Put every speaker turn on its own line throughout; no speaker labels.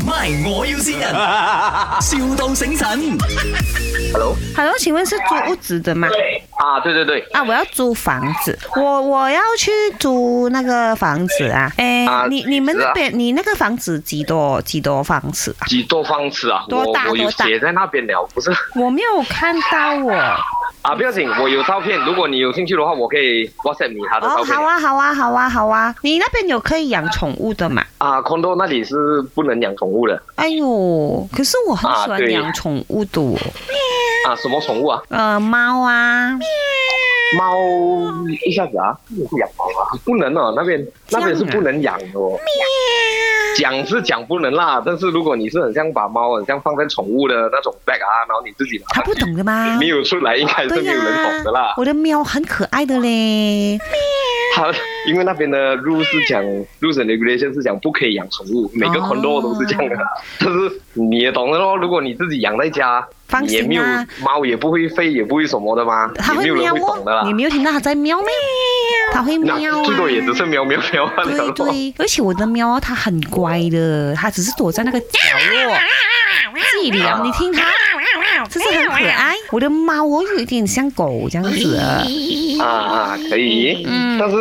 My，我要先人，, 笑到醒神。
Hello，
Hello，请问是租屋子的吗？
啊，哎对对对，
啊，我要租房子，我我要去租那个房子啊。哎
啊，
你你们
是啊
那边，你那个房子几多几多房子啊？
几多方尺啊？
多大
我我有
多大
写在那边了，不是
我没有看到我。
啊，不要紧，我有照片，如果你有兴趣的话，我可以 WhatsApp 你他的
哦
照，片。
好啊，好啊，好啊，好啊。你那边有可以养宠物的吗？
啊，c o n d o 那里是不能养宠物的
哎呦，可是我很
啊
喜欢
对
养宠物的哦，
啊，什么宠物啊？
呃，猫啊，
猫，一下子啊，不能养猫啊，不能哦，那边
这
那
样啊
边是不能养的哦。讲是讲不能啦，但是如果你是很像把猫很像放在宠物的那种 bag 啊，然后你自己
它
拿，
不懂的吗？
没有出来应该
啊
是
对啊
没有人懂的
呀
啦，。
我的喵很可爱的嘞。
它因为那边的 rule 是讲 rules and regulation 是讲不可以养宠物，每个
哦
condo 都是这样的。但是你也懂的咯，如果你自己养在家，
放
你也没
心
有
啊
猫也不会吠，也不会什么的嘛，
它
也没
会
有人
喵
会懂的
哦，
啦
你。没有听到它在喵咩？它会
那
喵啊，
最多也只是喵喵喵啊，了
对
咯
对，而且我的喵啊，它很乖的，它只是躲在那个角落自己聊。你听它，真是很可爱。我的猫哦，有一点像狗这样子的。
啊啊，可以。
嗯
但是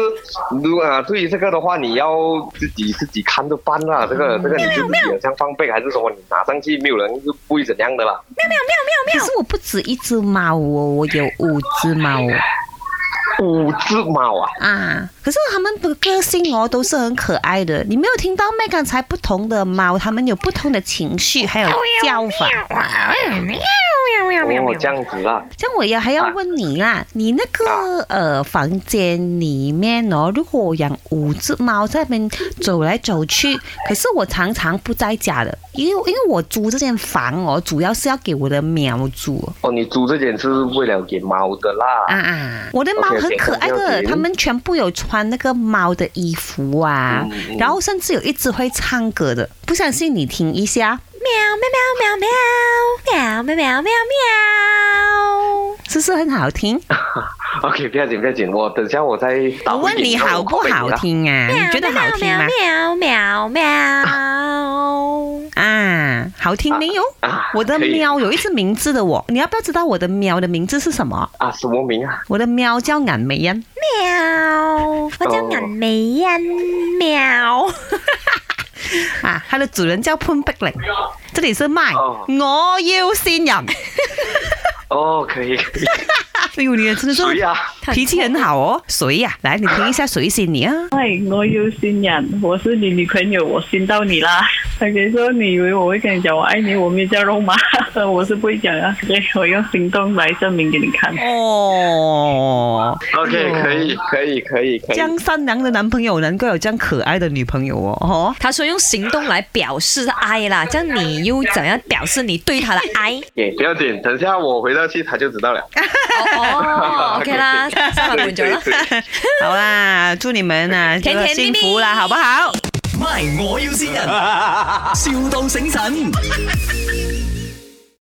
如果啊，对于这个的话，你要自己自己看着办啦。这
嗯
个这个你就自己有像放贝还是什么，你拿上去没有人就不会怎样的啦。
嗯可是我不止一只猫哦，我有五只猫哦
五只猫啊，
啊！可是它们的个性哦都是很可爱的。你没有听到妹刚才不同的猫，它们有不同的情绪，还有叫法。
哦，这样子啦。
像我也还要问你啦，你那个、呃房间里面哦，如果我养五只猫在那边走来走去，可是我常常不在家的，因为因为我租这间房哦，主要是要给我的喵住
哦，你租这点是为了给猫的啦。
啊啊，我的猫
OK，OK，
很可爱
了
的，
解
它们全部有穿那个猫的衣服啊，
嗯嗯
然后甚至有一只会唱歌的，不相信你听一下，
喵喵喵喵喵喵喵喵喵。
是不是很好听？
OK，不要紧不要紧，我等下我再打
我
回
问
给
你 好不好？听啊？你觉得好听吗？
喵喵喵喵。
啊，好听没有？
啊啊
我的
可以
喵有一只名字的我，你要不要知道我的喵的名字是什么？
啊，什么名啊？
我的喵叫眼美人，
喵，我叫颜美欣喵。
啊，它的主人叫潘碧玲。这里是麦，
哦
我要新人。
哦，可以可以。
哎呦，你真 的
谁
是
呀、
脾气很好哦。谁呀、来，你听一下谁是你啊？
嗨，我有新人，我是你女朋友，我心到你啦。OK，说 你以为我会跟你讲我爱你，我没有叫肉麻， 我是不会讲啊。OK，我用行动来证明给你看。
哦，
o k 可以可以可以可
这
以。
样善良的男朋友，难怪有这样可爱的女朋友哦。哦，
他说用行动来表示爱啦，这样你又怎样表示你对他的爱？
也不要紧，等下我回到去他就知道了。
哦、o k 啦，三百半咗 啦。
对对
好啦，祝你们啊，
甜甜蜜
幸
蜜
福啦，好不好？
My，我要先人，,笑到醒神。